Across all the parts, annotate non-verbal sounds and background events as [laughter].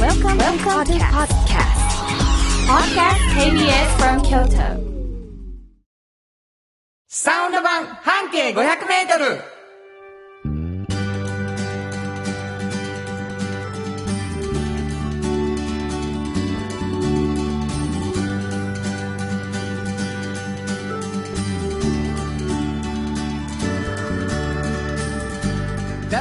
Welcome, to the podcast. Podcast KBS from Kyoto. サウンド版半径500メートル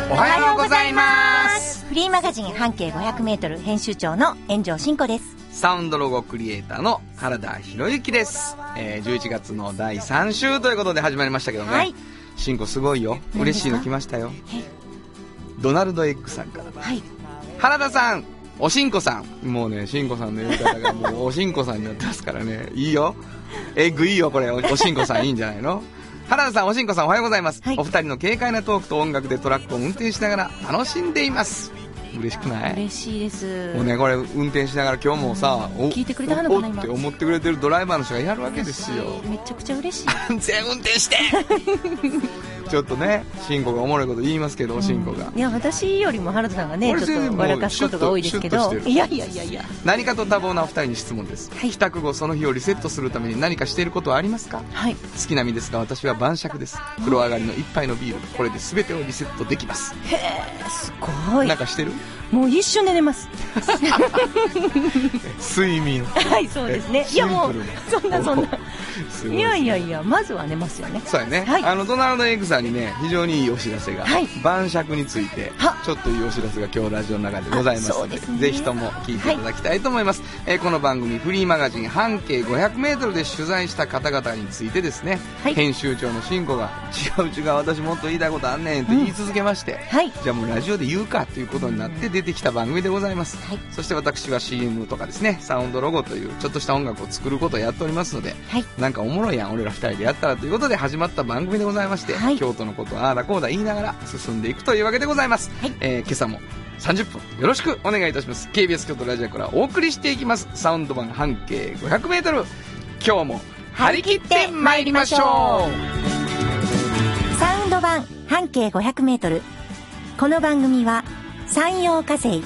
おはようございますフリーマガジン半径 500m 編集長の炎上真子です。サウンドロゴクリエイターの原田博之です、えー、11月の第3週ということで始まりましたけどね、はいしんこすごいよ何で嬉すしかいの来ましたよドナルド・エッグさんからはい。原田さんおしんこさんもうねしんこさんの呼び方がもうおしんこさんになってますからね [laughs] いいよエッグいいよこれおおしんこさんいいんじゃないの [laughs] 原田さんおしんこさんおはようございます、はいお二人の軽快なトークと音楽でトラックを運転しながら楽しんでいます嬉しくない嬉しいですもうねこれ運転しながら今日もさ、お聞いてくれたのかなおおっ今て思ってくれてるドライバーの人がやるわけですよめちゃくちゃ嬉しい安全運転して [laughs] ちょっとね慎吾がおもろいこと言いますけど慎吾が、いや、私よりも原田さんがね、ち俺ょっ全然ともう笑かすことが多いですけシュどッとシュッとして。るいやいやいやいや。何かと多忙なお二人に質問です、帰宅後その日をリセットするために何かしていることはありますかはい。好きな身ですが私は晩酌です風呂上がりの一杯のビールこれで全てをリセットできますすごいなん。かしてるもう一瞬で寝ます。睡眠はい、そうですね。いシやンもプうル、そんなそんな。すごいいやいやいや、まずは寝ますよね。そうやね、はいあのドナルド・エッグさんにね非常にいいお知らせが、はい晩酌についてはちょっといいお知らせが今日ラジオの中でございますあそのうでですねぜひとも聞いていただきたいと思います、えーこの番組フリーマガジン半径 500m で取材した方々についてですね、はい編集長の慎吾が「違う違う私もっと言いたいことあんねん」って言い続けまして、はい。じゃあもうラジオで言うかということになって出てきた番組でございます、はいそして私は CM とかですねサウンドロゴというちょっとした音楽を作ることをやっておりますので、はいなんかおもろいやん俺ら二人でやったらということで始まった番組でございまして、はい京都のことああだこうだ言いながら進んでいくというわけでございます、はいえー今朝も30分よろしくお願いいたします KBS 京都ラジオからお送りしていきますサウンド版半径 500m 今日も張り切ってまいりましょうサウンド版半径 500m。この番組は、山陽火星、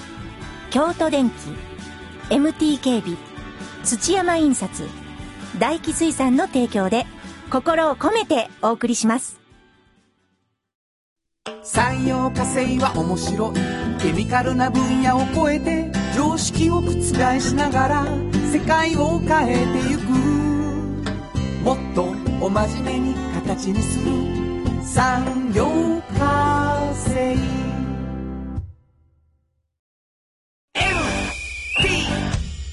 京都電機、MT 警備、土山印刷、大気水産の提供で、心を込めてお送りします。産業化成は面白いケミカルな分野を超えて常識を覆しながら世界を変えてゆくもっとお真面目に形にする産業化成 MT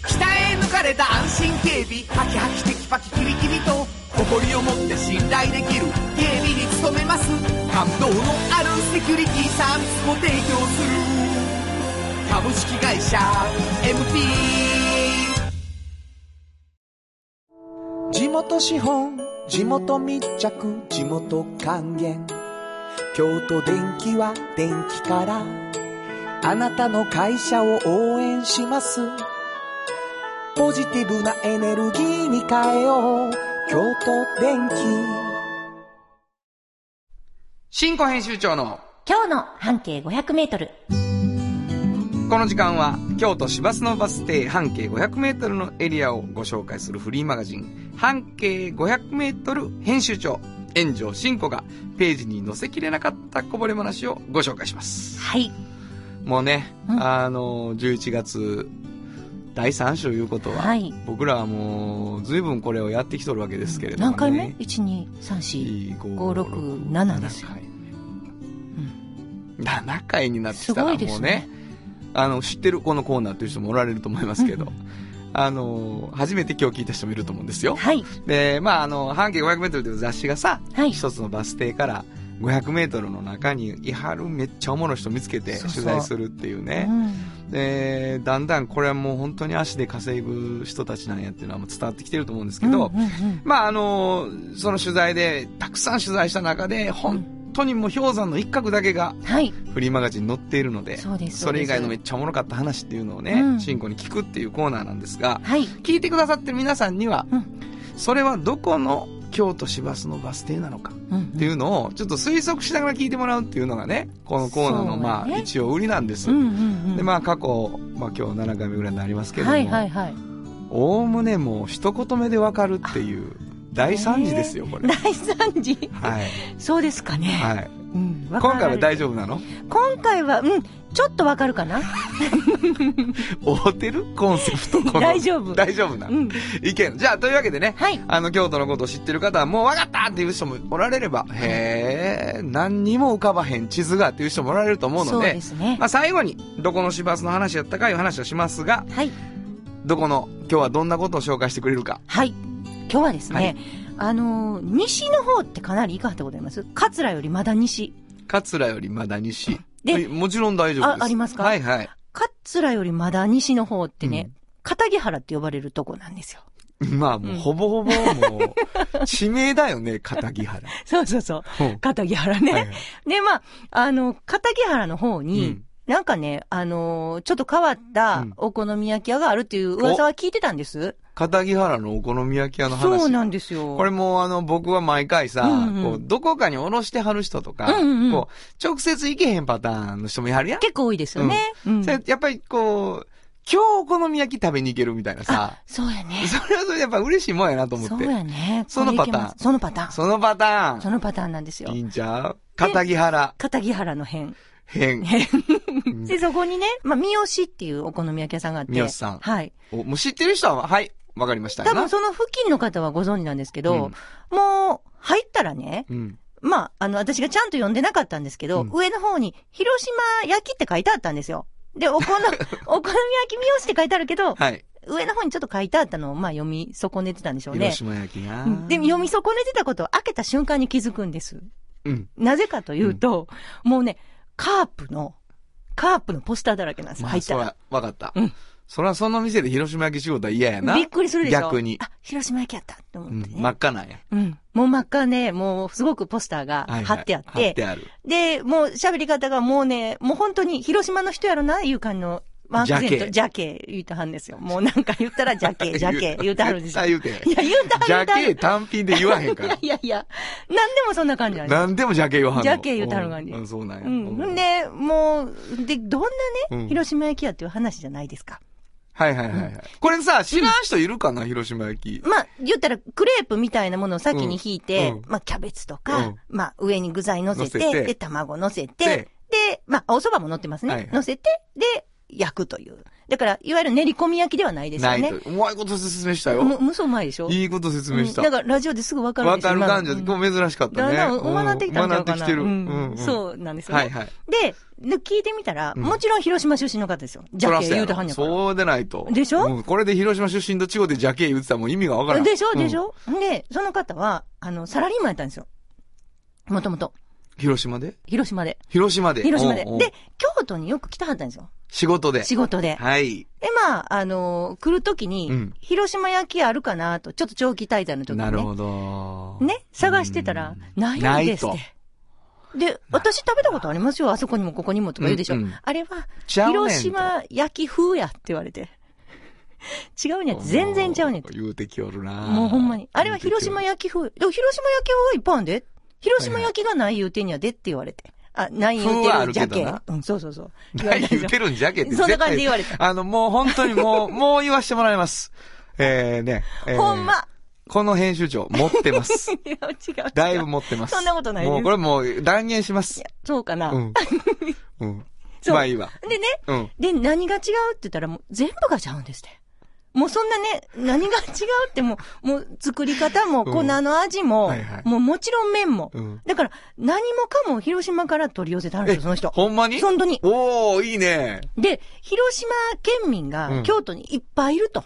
鍛え抜かれた安心警備ハキハキテキパキキビキビと誇りを持って信頼できる警備に努めます感動のあるセキュリティサービスを提供する株式会社 MT 地元資本地元密着地元還元京都電気は電気からあなたの会社を応援します。ポジティブなエネルギーに変えよう。京都電気。新庫編集長の今日の半径 500m。この時間は京都市バスのバス停半径 500m のエリアをご紹介するフリーマガジン半径 500m 編集長炎上真子がページに載せきれなかったこぼれ話をご紹介します。はい。もうね、うんあの、11月第3週いうことは、はい僕らはもう随分これをやってきとるわけですけれども、ね。何回目 ?1、2、3、4。 567 7ですよ回7回になってきすたごらいでもうすねね。あの知ってるこのコーナーという人もおられると思いますけど、あの初めて今日聞いた人もいると思うんですよはい。でまああの半径 500m という雑誌がさ、はい一つのバス停から 500m の中にいはるめっちゃおもろい人見つけてそう取そう材するっていうねうんでだんだんこれはもう本当に足で稼ぐ人たちなんやっていうのはもう伝わってきてると思うんですけど、うんうんうんまああのその取材でたくさん取材した中で本当にもう氷山の一角だけがはい。フリーマガジンに載っているのでそうですれ以外のめっちゃおもろかった話っていうのをね、うん慎吾に聞くっていうコーナーなんですがはい。聞いてくださってる皆さんには、うんそれはどこの京都市バスのバス停なのかっうんていうのをちょっと推測しながら聞いてもらうっていうのがねこのコーナーそのうねまあ一応売りなんです、うんうんうんでまあ過去、まあ、今日7回目ぐらいになりますけどもはいはいはいおおむねもう一言目でわかるっていう大惨事ですよこれ、大惨事はい、そうですかね、はい、うん、今わから回は大れる丈夫なの今回はうんちょっとわかるかな合ってるコンセプ [laughs] トこの大丈夫大丈夫な、うん意見じゃあというわけでねはいあの京都のことを知ってる方はもう分かったっていう人もおられればへえ何にも浮かばへん地図がっていう人もおられると思うそのうでですねまあ、最後にどこの市バスの話やったかいう話をしますがはいどこの今日はどんなことを紹介してくれるかはい今日はですね、はいあのー西の方ってかなりいかがでございます桂よりまだ西桂よりまだ西ではいもちろん大丈夫ですあありますかはいはい桂よりまだ西の方ってね、う片木原って呼ばれるとこなんですよ。 [laughs] まあもううんほぼほぼもう地名だよね [laughs] 片木原そうそうそう。うん片木原ね。はいはいで、まあ、あの、片木原の方に、うんなんかね、あのーちょっと変わったお好み焼き屋があるっていう噂は聞いてたんです。片木原のお好み焼き屋の話そうなんですよ。これもうあの、僕は毎回さ、うんうんこう、どこかにおろしてはる人とか、うんうんうんこう、直接行けへんパターンの人もいはるやん。結構多いですよね。うんそれやっぱりこう、今日お好み焼き食べに行けるみたいなさ、そうやね。それはそれでやっぱ嬉しいもんやなと思って。そうやね。そのパターンこれいけますそのパターそのパタン。そーのパターンなんですよン。い。いんちゃう片木原片木原の辺。編。うん [laughs] で、そこにね、まあ、三好っていうお好み焼き屋さんがあって。三好さんはい。おもう知ってる人は、はい、わかりましたよ多な。分その付近の方はご存知なんですけど、もう、入ったらね、うん。うん。まあ、あの、私がちゃんと読んでなかったんですけど、うん上の方に、広島焼きって書いてあったんですよ。で、 [laughs] お好み、お好み焼き三好って書いてあるけど、はい。上の方にちょっと書いてあったのを、まあ、読み損ねてたんでしょう広ね。島焼きな。うんで、読み損ねてたことを開けた瞬間に気づくんです。うん。なぜかというと、もうね、カープの、カープのポスターだらけなんですよ、ま入あ、ったそら。ら、わかった。うんそら、その店で広島焼き仕事は嫌やな。びっくりするでしょ逆に。あ、広島焼きやったって思っうてんね。。真っ赤なんや。うん。もう真っ赤ね、もうすごくポスターがはいはい貼ってあって、貼ってある。で、もう喋り方がもうね、もう本当に広島の人やろな、いう感じのマークゼント、ジジャケ言うてはんですよ。もうなんか [laughs] 言ったらジャケ、ジャケ言うてはるんですよ。あ、い言うてない。や、言うてはジる言うャてはケる。単品で言わへんかいやら。 [laughs] いやいや、なんでもそんな感じなんです何でもジャケ言わはんの。ジャケ言うたるがにうんうんそうなんや。う。うんんで、もう、で、どんなうんね、広島焼きやっていう話じゃないですか。はいはいはいはい。これさ、知らん人いるかな、広島焼き。まあ、言ったら、クレープみたいなものを先に引いて、うんうんまあ、キャベツとか、うんまあ、上に具材乗せて、乗せてで、卵乗せて、でで、まあ、お蕎麦も乗ってますね。はいはい乗せて、で、焼くという。だから、いわゆる練り込み焼きではないですよないねと。。うまいこと説明したむ、よ。むそうまいでしょいいこと説明したうん。だから、ラジオですぐわかるんわですよかる感じで、今のこう珍しかっうんだたんね。だん、学んできたんちゃうかな。学んできてる。ううんんうんそうなんですよね。はいはい。で、で聞いてみたら、うんもちろん広島出身の方ですよ。ジそャらケそう言やうてはんろやから。そうでないと。でしょうんこれで広島出身と地方でジャケ言うてたらもう意味がわからん。でしょでしうんょ、で、その方は、あの、サラリーマンやったんですよ。もともと。広島で広島で。広島で。広島で。おうおうで、京都によく来たはったんですよ。仕事で。仕事で。はい。で、まあ、あのー来るときに、うん広島焼きあるかなと、ちょっと長期滞在の時にね。なるほど。ね、探してたら、なないんいですっとて。で、私食べたことありますよ。あそこにもここにもとか言うでしょ。うんうんあれは、ちゃうねんと広島焼き風やって言われて。 [laughs] 違うねんって全然ちゃうねんって。言うてきおるなもうほんまに。あれは広島や。焼き風。でも広島焼き風はいっぱいあんで。広島焼きがない言うてんやでって言われて。あ、ない言う風はてあるるじゃけけどんな。うん、そうそうそう。ない言うてるんじゃけって。そんな感じで言われ絶た。対あの、もう本当にもう、 [laughs] もう言わしてもらいます。えーね。えーほんま。。 [laughs] この編集長、持ってます。いや、違う。だいぶ持ってます。そんなことないですもうこれもう断言します。そうかな。うん。うん。そうまあいいわ。でね、うん。で、何が違うって言ったらもう全部がちゃうんですって。もうそんなね、何が違うってもう、もう作り方もうん粉の味も、はいはいもうもちろん麺も。うんだから、何もかも広島から取り寄せたんですよ、その人。ほんまに本当に。おー、いいね。で、広島県民うがん京都にいっぱいいると。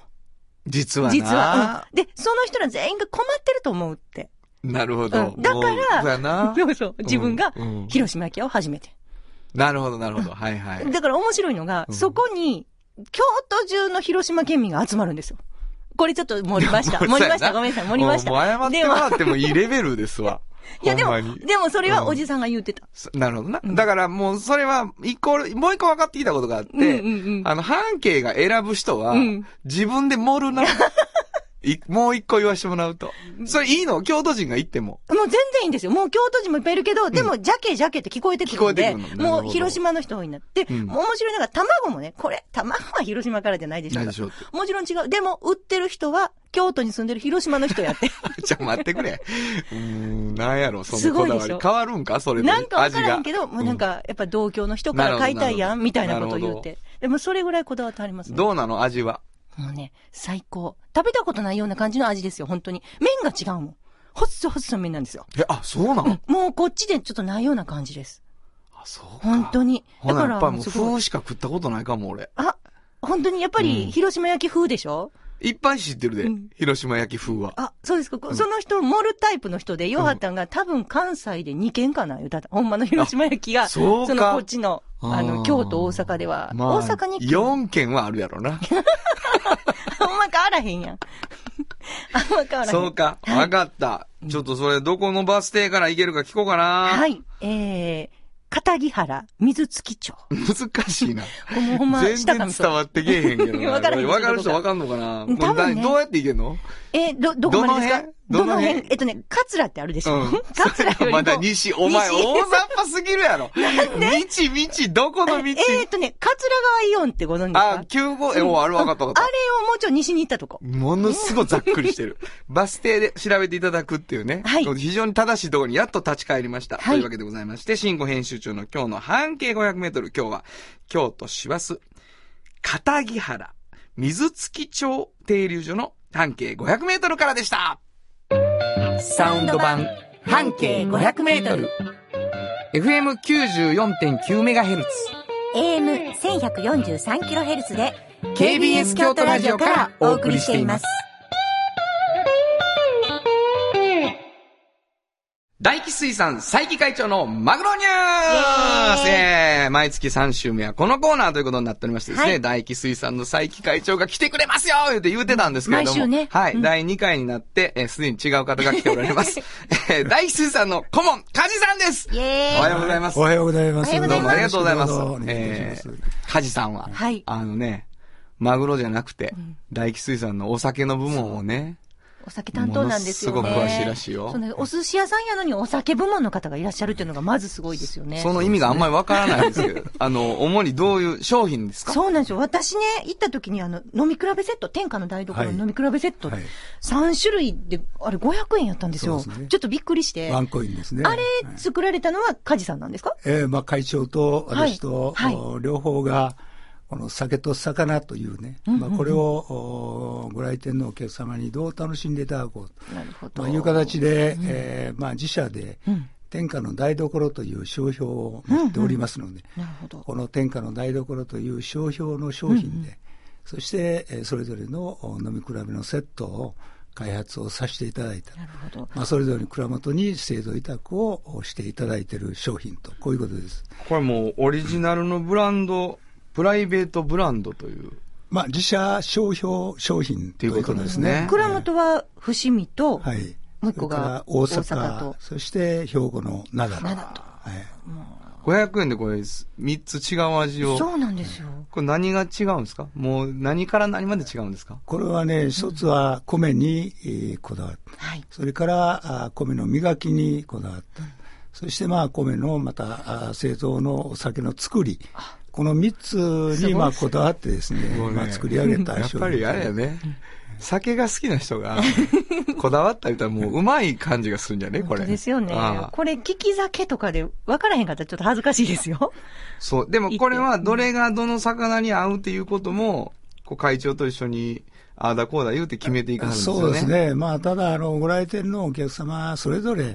実はな。実は、うんで、その人ら全員が困ってると思うって。なるほど。うんだからもうそうやな。そうそう。自分がうんうん広島焼き屋を始めて。なるほど、なるほど。はいはい。だから面白いのが、うんそこに、京都中の広島県民が集まるんですよ。これちょっと盛りま [laughs] した。盛りました。ごめんなさい、盛りました。もう謝ってでもらはってもいいレベルですわ。 [laughs] いやでほも、んまにでもそれはおじさんが言ってた。そなるほどな。だからもうそれは、一個、もう一個分かってきたことがあって、うんうんうんあの、半径が選ぶ人は、うん自分で盛るな。いもう一個言わしてもらうと。それいいの京都人が言っても。もう全然いいんですよ。もう京都人もいっぱいいるけど、でも、ジャケジャケって聞こえてくるんで、聞こえてくるのなるもほうど広島の人多いなって、うんもう面白いのが、卵もね、これ、卵は広島からじゃないでしょなういかでしょうって。もちろん違う。でも、売ってる人は、京都に住んでる広島の人やって。じゃあ待ってくれ。うーん、なんやろ、そすのごこいだでわしょり。変わるんかそれ [laughs] でなんかわからへん味けがど、もうなんか、やっぱ同郷の人から買いたいやん、みたいなことを言うなて。でも、それぐらいこだわってありますね。どうなの味は。もうね、最高。食べたことないような感じの味ですよ、本当に。麺が違うもん。ほっそほっそ麺なんですよ。え、あ、そうなの、もうこっちでちょっとないような感じです。あ、そうか。本当に。ほだな、かやっぱりら、もうすご風い。しか食ったことないかも、俺。あ、本当にやっぱうんり広島焼き風でしょ、いっぱい知ってるで、うん広島焼き風は。あ、そうですか。こその人、盛るタイプの人で、ヨハタンが多分関西で2軒かな、言うたらほんまの広島焼きが、そうかのこっちの、ああーの、京都、大阪では、大阪に来て4軒はあるやろな。 [laughs] あんま変わらへん [laughs] やん。 [laughs] あんま変わらへん。そうか。わかった。ちょっとそれ、どこのバス停から行けるか聞こうかな。。はいい。えー、片木原、水月 [laughs] 町。こ難しいな。れ [laughs] もうほんま、全下然かみ伝わってけえへんけどな。 [laughs] わからへんこれわかる人わかんのかなうんこれ多分ねどうやって行けんのえーど、どこまでですかどの辺どの辺えっとね、桂ってあるでしょ、うん [laughs] 桂よりも。 [laughs] まだ西、お前、西大雑把すぎるやろ。道、道、どこの道えーっとね、桂川イオンってご存知ですかあ、9号、え、もうあるわかったわあかっれをもうちょい西に行ったとこた。。ものすごいざっくりしてる。バス停で調べていただくっていうね。はい非常に正しいところにやっと立ち返りました。はいというわけでございまして、新語編集長の今日の半径500メートル、今日は、京都市バス、片木原、水月町停留所の半径500メートルからでした。サウンド版半径500メートル FM94.9MHz。 AM1143kHz で KBS 京都ラジオからお送りしています。大気水産再議会長のマグロニュースイエえー毎月3週目はこのコーナーということになっておりましてですね、はい大気水産の再議会長が来てくれますよ言って言うてたんですけれども。毎週ねはい、うん第2回になって、えーすでに違う方が来ておられます。えー大気水産の顧問、梶さんですイエーイおはようございますお。はようございます。おはようどござういもまあすりがとうございますどうもお。願いいたえしますー、カジさんは、はいあのね、マグロじゃなくて、大気水産のお酒の部門をね、お酒担当なんですよね。ものすごく詳しいらしいよそうねお寿司屋さんやのにお酒部門の方がいらっしゃるっていうのがまずすごいですよね。その意味があんまりわからないんですけど、あの、主にどういう商品ですかそうなんですよ。私ね、行った時にあの、飲み比べセット、天下の台所の飲み比べセット、はい三3種類で、あれ500円やったんですよ。そうですねちょっとびっくりして。ワンコインですね。あれはい作られたのは梶さんなんですかえーまあ会長とはい私と、はいお両方が、この酒と魚というね、まあこれをおご来店のお客様にどう楽しんでいただこうなるほど。という形で、えーまあ自社で、天下の台所という商標を持っておりますので、なるほど。この天下の台所という商標の商品で、そして、えーそれぞれのお飲み比べのセットを開発をさせていただいた。なるほど。まあ、それぞれの蔵元に製造委託をしていただいている商品と、こういうことです。これもうオリジナルのブランド、プライベートブランドという。まあ、自社商標商品ということですというね。こ蔵元は伏見と、はい。もう一個がそれから大大阪阪とそして兵庫の長野。長野とはい。 500円でこれ3つ違う味を。そうなんですよ。これ何が違うんですかもう何から何まで違うんですかこれはね、一つは米に、えーこだわった。はい。それから、あ米の磨きにこだわった。そして、まあ、米のまた、あ製造のお酒の作り。この三つに、まあ、こだわってですね、もうねまあ、作り上げた商品。やっぱりあれやね。酒が好きな人 [laughs] が、こだわったりともううまい感じがするんじゃねこ本れ。当ですよねあ。あこれ、聞き酒とかで分からへんかったらちょっと恥ずかしいですよ。そう。でもこれはどれがどの魚に合うっていうことも、こう会長と一緒に、ああだこうだ言うって決めていかはるんですよね。そうですね。まあ、ただ、あの、ご来店のお客様、それぞれ、や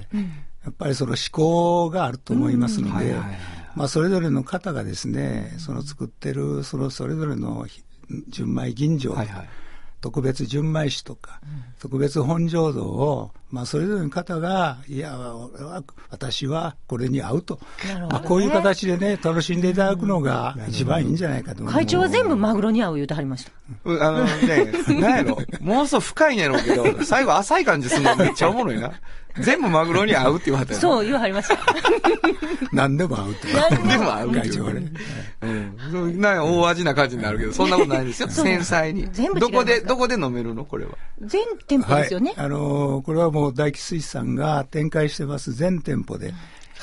っぱりその思考があると思いますのはいではいはい、まあ、それぞれの方がですね、その作ってる、そのそれぞれのひ純米吟醸とかはいはい特別純米酒とか、特別本醸造を、まあ、それぞれの方が、いや、俺は私はこれに合うと、なるほどまあ、こういう形でね、楽しんでいただくのが一番いいんじゃないかと思います会長は全部マグロに合う言うてはりました。うあのね、なんやろ。妄想深いんやろうけど、最後浅い感じするのめっちゃおもろいな。全部マグロに合うって言われたよなそう、言わはりま [laughs] した。何でも合うと。でも合うって会い長うはねね。うんそうなんか大味な感じになるけど、そんなことないですよ。そう繊細に。全部違いますどこで、どこで飲めるのこれは。全店舗ですよね。はい、あのーこれはもう大吉水産が展開してます全店舗で、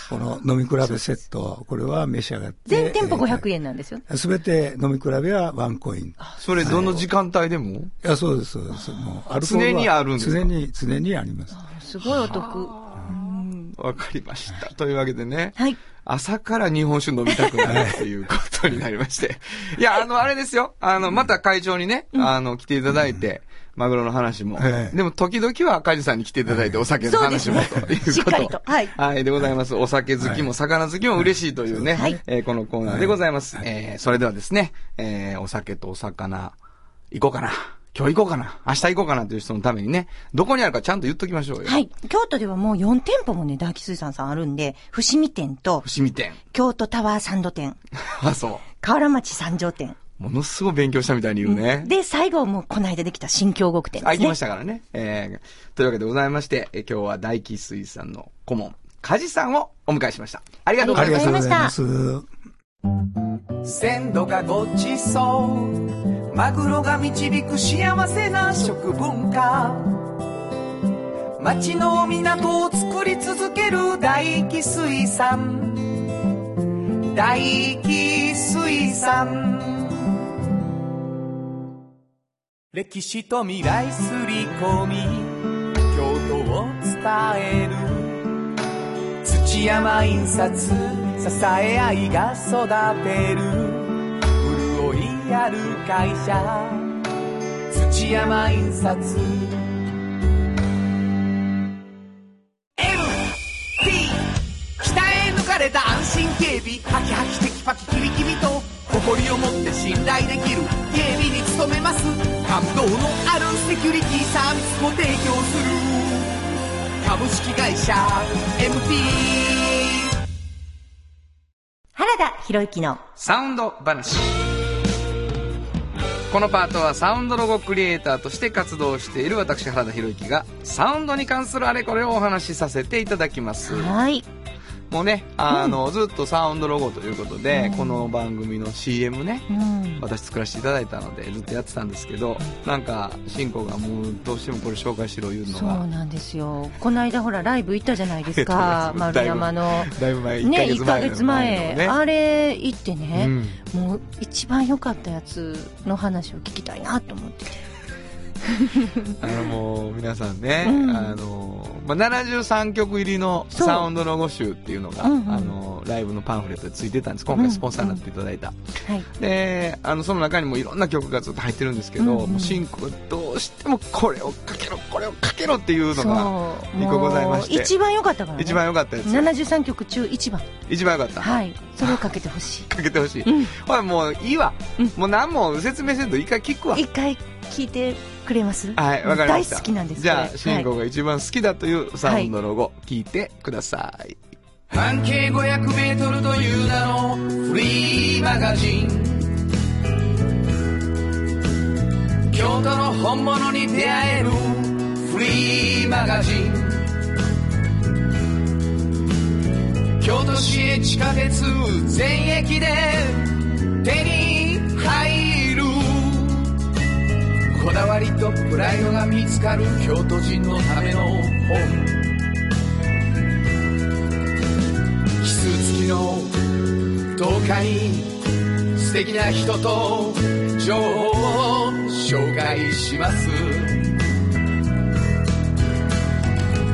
この飲み比べセット、これは召し上がって。全店舗500円なんですよね。すべて飲み比べはワンコイン。それ、どの時間帯でもいや、そうです、そうです。もうアルコールは常にあるんですか常に、常にあります。すごいお得。わかりました。というわけでね。はい。朝から日本酒飲みたくなるっていうことになりまして。いや、あの、あれですよ。あの、また会長にね、あの、来ていただいて、マグロの話も。ええでも、時々はカジさんに来ていただいて、お酒の話もそうというでこすと。ねしっかりとはいでございます。お酒好きも魚好きも嬉しいというね、はいえーこのコーナーでございます。えーそれではですね、えーお酒とお魚、行こうかな。今日行こうかな。明日行こうかなという人のためにね、どこにあるかちゃんと言っときましょうよ。はい。京都ではもう4店舗もね、大吉水産さんあるんで、伏見店と、伏見店。 [laughs] 京都タワーサンド店、あ、そう。河原町三条店。ものすごい勉強したみたいに言うね。で、最後もうこの間できた新京極店ですね。あ、行きましたからね。えー、というわけでございまして、えー今日は大吉水産の顧問、梶さんをお迎えしました。ありがとうごあざいりまがすとうございます。鮮度がごちそうマグロが導く幸せな食文化町の港を作り続ける大気水産大気水産歴史と未来すり込み京都を伝える土山印刷支え合いが育てる潤いある会社土山印刷 MT 鍛え抜かれた安心警備ハキハキテキパキキビキビと誇りを持って信頼できる警備に努めます感動のあるセキュリティサービスも提供する株式会社 MT 原田博之の。サウンド話。このパートはサウンドロゴクリエイターとして活動している私原田博之がサウンドに関するあれこれをお話しさせていただきます。はい。もうね、あの、ずっとサウンドロゴということで、この番組の CM ね、うん。私作らせていただいたのでずっとやってたんですけどなんか新子がもうどうしてもこれ紹介しろ言うのそうがなんですよ。この間ほら、ライブ行ったじゃないですあか。 [laughs] りがとうご丸ざいま山すの。だいぶ前ね、 1 1ヶヶ月月前前。のあれ行ってね、うね、んもう一番良かったやつの話を聞きたいなと思ってて。あのもう皆さんね、うんあのまあ、73曲入りのそうサウンドロゴ集っていうのがうんうんあのライブのパンフレットでついてたんです今回スポンサーになっていただいた、はい。であのその中にもいろんな曲がずっと入ってるんですけど、うんうんもう新子がどうしてもこれをかけろこれをかけろっていうのそう。がも二個ございまうして一番良かったからね。一番良かったやつ73曲中1番。一番良かった、はい。それをかけてほしい。かけてほしい、うんほらもういいわ、うんもう何も説明せんと一回聞くわ一回聞いてくれますはいわかりました大好きなんですじゃこあれ慎吾が一番好きだというサウンドロゴ、聞いてください半径500メートルという名のフリーマガジン京都の本物に出会えるフリーマガジン京都市営地下鉄全駅で手に入るこだわりとプライドが見つかる京都人のための本奇数月の10日に素敵な人と情報を紹介します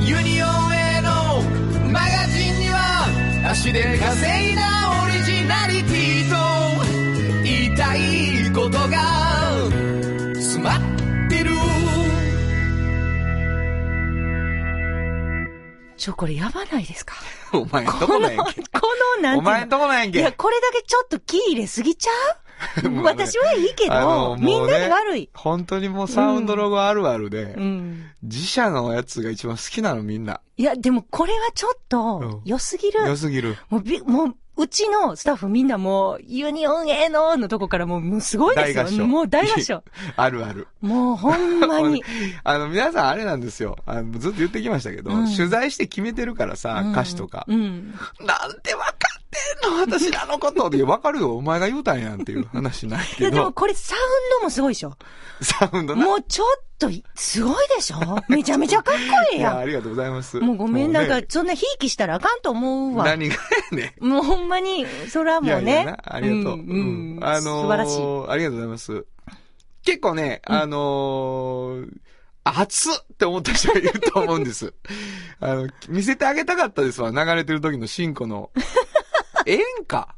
ユニオンへのマガジンには足で稼いだオリジナリティと言いたいことが詰まってるちょ、これやばないですか [laughs] お前んとここの、[laughs] なんこやんけのなんていうの [laughs] お前んとこなんやんいや、けこれだけちょっと気入れすぎちゃう [laughs] もうね私はいいけあど、のもうねみんなに悪い。本当にもうサウンドロゴあるあるで、うん。自社のやつが一番好きなのみんな。いや、でもこれはちょっと、うん良すぎる。良すぎる。もうび、もう、うちのスタッフみんなもう、ユニオンえーのーのとこからもう、もうすごいです大合唱よ。もう大合唱。 [laughs] あるある。もうほんまに。あの、皆さんあれなんですよ。あのずっと言ってきましたけど、うん取材して決めてるからさ、うん歌詞とか。うん。なんて分かってんの私らのことで、分かるよ、お前が言うたんやんっていう話ないいけやでもど、これサウンドもすごいでしょ。サウンドな。もうちょっとい、すごいでしょめちゃめちゃかっこいいいや、あやりがとうございます。ん。もうごめん、もなうんねか、そんなひいきしたらあかんと思うわ。何がやねん。もうほんまに、そらいもやういやねな。ありがとう。んうんう。んあの素晴らしい。ーありがとうございます。結構ね、あのー、熱っって思った人がいると思うん [laughs] です。あの、見せてあげたかったですわ。流れてる時のシン [laughs] コの。演歌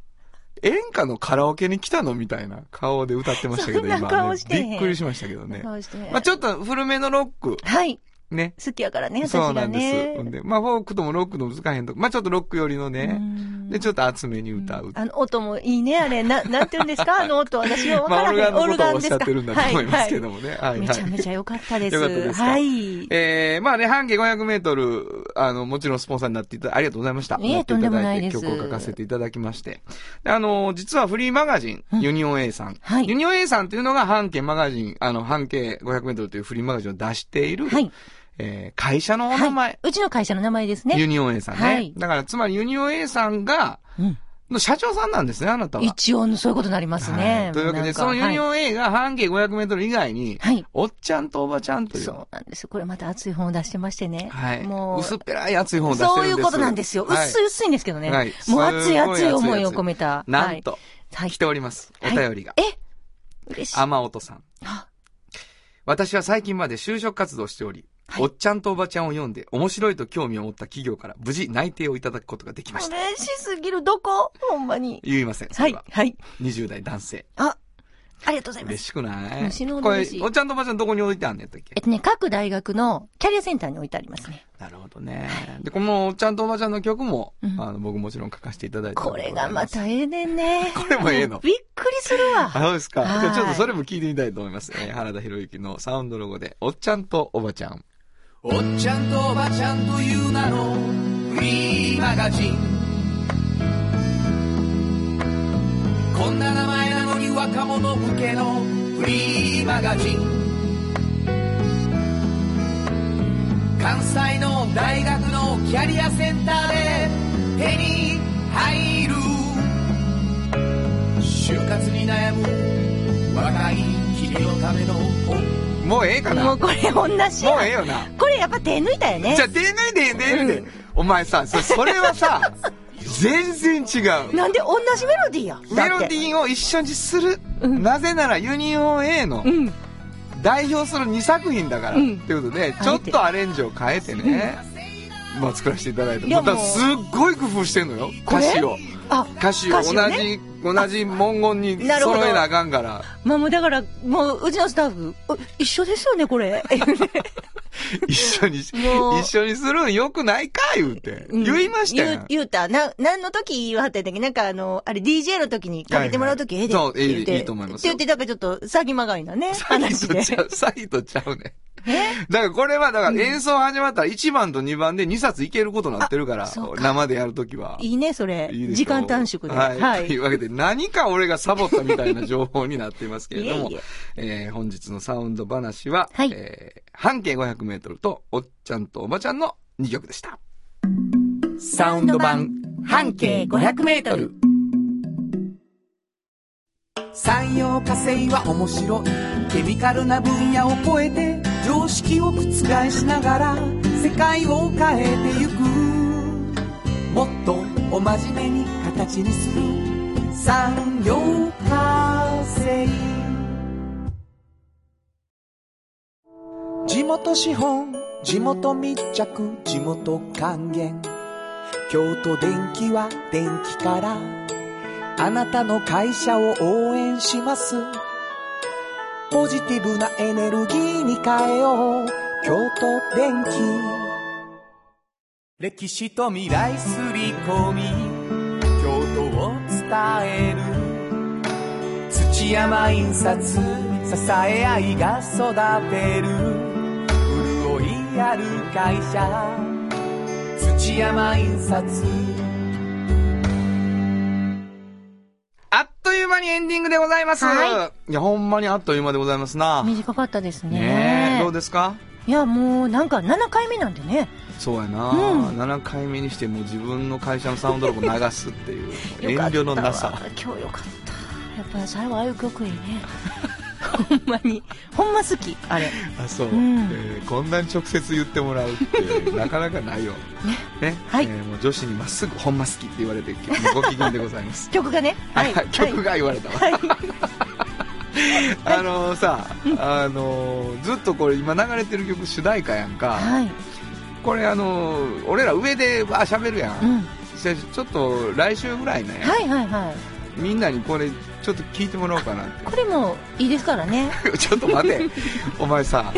演歌のカラオケに来たのみたいな顔で歌ってましたけど、そんな今、顔ねし。てへんびっくりしましたけどね。そうしてまあちょっと古めのロック。はい。ね。好きやからね、私そうながんです。ねほ。んでまあフォークともロックの難しいとこ。まあちょっとロック寄りのね。うんで、ちょっと厚めに歌う。あの、音もいいね、あれ。な、なんて言うんですかあの音、私は分まかあ、らオルなガい。オルガンンのことをおっでしゃすっかてるんだと思いますけどはもね。はい、はいはい。いめちゃめちゃ良かったです。良かったですかはい。えー、まあね、半径500メートル、あの、もちろんスポンサーになっていただありがとうございました。いえなってただとんでもないです曲を書かせていただきまして。であの、実はフリーマガジン、ユニオン A さん。はいユニオン A さんというのが半径マガジン、あの、半径500メートルというフリーマガジンを出している、はいえー会社のお名前、はい。うちの会社の名前ですね。ユニオン A さんね。はいだから、つまりユニオン A さんが、うんの社長さんなんですね、あなたは。一応のそういうことになりますね。はいというわけなんで、かそのユニはいオン A が半径500メートル以外に、はいおっちゃんとおばちゃんという。そうなんですよ。これまた熱い本を出してましてね。はい。もう、薄っぺらい熱い本を出してるそんうですいうことなんですよ。はい薄い薄いんですけどね。はいもう熱い熱いすご思い熱いいを込めた。なんと、はい。はい来。ております。お便りが。え嬉しい。天音さんあ。私は最近まで就職活動しており、おっちゃんとおばちゃんを読んで、面白いと興味を持った企業から無事内定をいただくことができました。嬉しすぎる。どこほんまに。言いません。そはれいは。。はい。 20代男性。あ、ありがとうございま嬉す。しくなもいう死ぬほどこれ嬉し、いおっちゃんとおばちゃんどこに置いてあんねんやったっえけっとね、各大学のキャリアセンターに置いてありますね。なるほどね。で、このおっちゃんとおばちゃんの曲も、うんあの、僕もちろん書かせていただいてこれがまこたええねん [laughs] ね。れもええの。 [laughs] びっくりするあ、わ。そうですか。はいじゃあちょっとそれも聞いてみたいと思います。えー原田博之のサウンドロゴで、おっちゃんとおばちゃん。おっちゃんとおばちゃんという名のフリーマガジンこんな名前なのに若者向けのフリーマガジン関西の大学のキャリアセンターで手に入る就活に悩む若い君のための本もうええかなももううこれ同じやんええよな。これやっぱ手抜いたよねじゃ。あ、出ないで、出ないで。お前さ、そそれはさ、全然違う。なんで同じメロディーやん。メロデーィーを一緒にする。なぜならユニオン A のうん。代表する2作品だから。とういんうことで、ちょっとアレンジを変えてね、まあ作らせていただいて。いやまもうたすっごい工夫してんのよ。こ歌れ詞を。あ、歌詞を歌同詞をじ、同じ文言に [laughs] なるほど揃えなあか [laughs] んから。まあもうだから、もううちのスタッフ、う一緒ですよね、これ。一緒にし、もう一緒にするんよくないか言うて。うん [laughs] 言いましたや。言うん言うた。な、何の時言わはったんやったっけなんかあの、あれ DJ の時にかけてもらう時、はいえはえでいって言そうええでいいと思いまっすて言って、だからちょっと詐欺まがいなね、詐話で。 [laughs] 欺とちゃう、詐欺とちゃうね。だからこれは、だから演奏始まったら1番と2番で2冊いけることになってるから、あそうか生でやるときは。いいね、それ。いいでしょう時間短縮で。はい。はといい。うわけで、何か俺がサボったみたいな情報になっていますけれども、いえいえー本日のサウンド話は、はいえー半径500メートルと、おっちゃんとおばちゃんの2曲でした。サウンド版半径500メートル産業化成は面白いケミカルな分野を超えて常識を覆しながら世界を変えてゆくもっとお真面目に形にする産業化成地元資本地元密着地元還元京都電気は電気からあなたの会社を応援します。ポジティブなエネルギーに変えよう。京都電気。歴史と未来すり込み、京都を伝える。土土山印刷支え合いが育てる潤いある会社土山印刷あっという間にエンディングでございます。、はいや、ほんまにあっという間でございますな。ね短かったですね。え、どうですかいや、もうなんか7回目なんでね。そうやな、うん7回目にしてもう自分の会社のサウンドロゴ流すっていう遠よかった慮のなわさ。今日よかった。やっぱり最後ああいう曲いいね。ほんまに。ほんま好き、あれ。あそう、うんえーこんなに直接言ってもらうってなかな [laughs] かないよねはいえーもう女子にまっすぐ「ほんま好き」って言われて [laughs] 今日ご機嫌でございます曲がね。はい。あ曲が言われたわ、はい。はい。 [laughs] あのさ、あのずっとこれ今流れてる曲主題歌やんか、はい。これあの俺ら上でわー喋るや、うんん。しちょっと来週ぐらいね、はいはいはい。みんなにこれちょっと聞いてもらおうかなって [laughs] これもいいですからね。ちょっと待て、お前さ、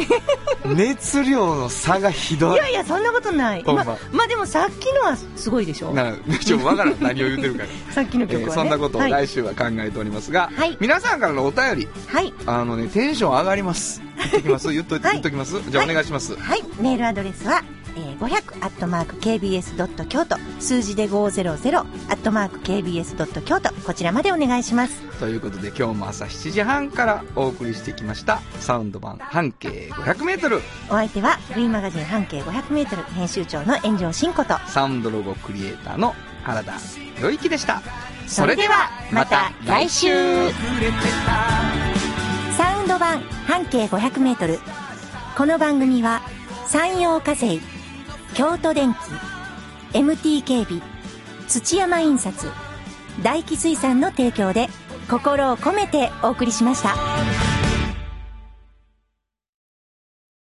熱量の差がひどいい。やいや、そんなことない。ほんまままあでもさっきのはすごいでしょ。なちょっとわからん、何を言ってるか、さっ [laughs] きのえ曲はーね。そんなことをはい。来週は考えておりますが、はい皆さんからのお便り、はい。あのね、テンション上がります。言っときます言っと、はい言っときますじゃあお願いします。はい、メールアドレスは、えー、500アットマーク KBS ドット京都、数字で500アットマーク KBS ドット京都、こちらまでお願いします。ということで今日も朝7時半からお送りしてきました、サウンド版半径500メートル、お相手は、フリーマガジン半径500メートル編集長の炎上真子と、サウンドロゴクリエイターの原田良之でした。それではまた来週サウンド版半径500メートル。この番組は、山陽火星、京都電機、MT 警備、土山印刷、大気水産の提供で、心を込めてお送りしました。 「